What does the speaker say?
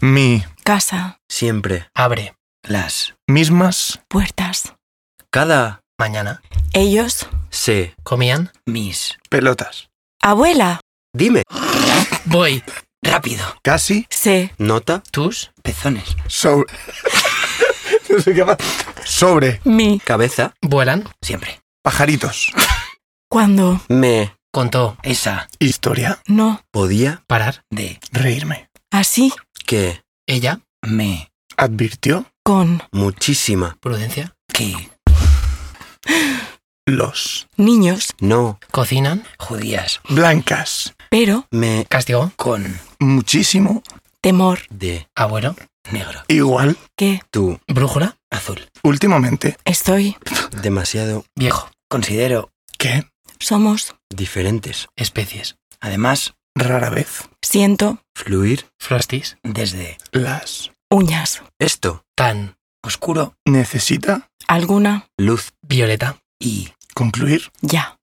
mi, casa, Siempre. Abre. Las. mismas, puertas. Cada. Mañana. Ellos, Se. ¿Comían? Mis. pelotas. abuela, Dime. Voy. Rápido. Casi, se, Nota. Tus. Pezones. sobre... No soy capaz. Sobre, mi, Cabeza. Vuelan. Siempre. pajaritos. cuando, Me. Contó. Esa. Historia, no, Podía. Parar. De. reírme. así, Que. Ella. Me. Advirtió con, Muchísima. Prudencia. Que. los niños, No. Cocinan. Judías. blancas. pero, Me. Castigó. Con. Muchísimo, temor, De. Abuelo. Negro. igual, que, Tú. Brújula. Azul. últimamente, estoy, Demasiado. Viejo. Considero. que somos, Diferentes. Especies. Además. rara vez siento, Fluir. Frosties. Desde. las uñas, Esto. Tan. Oscuro. necesita alguna, Luz. Violeta. Y. concluir ya.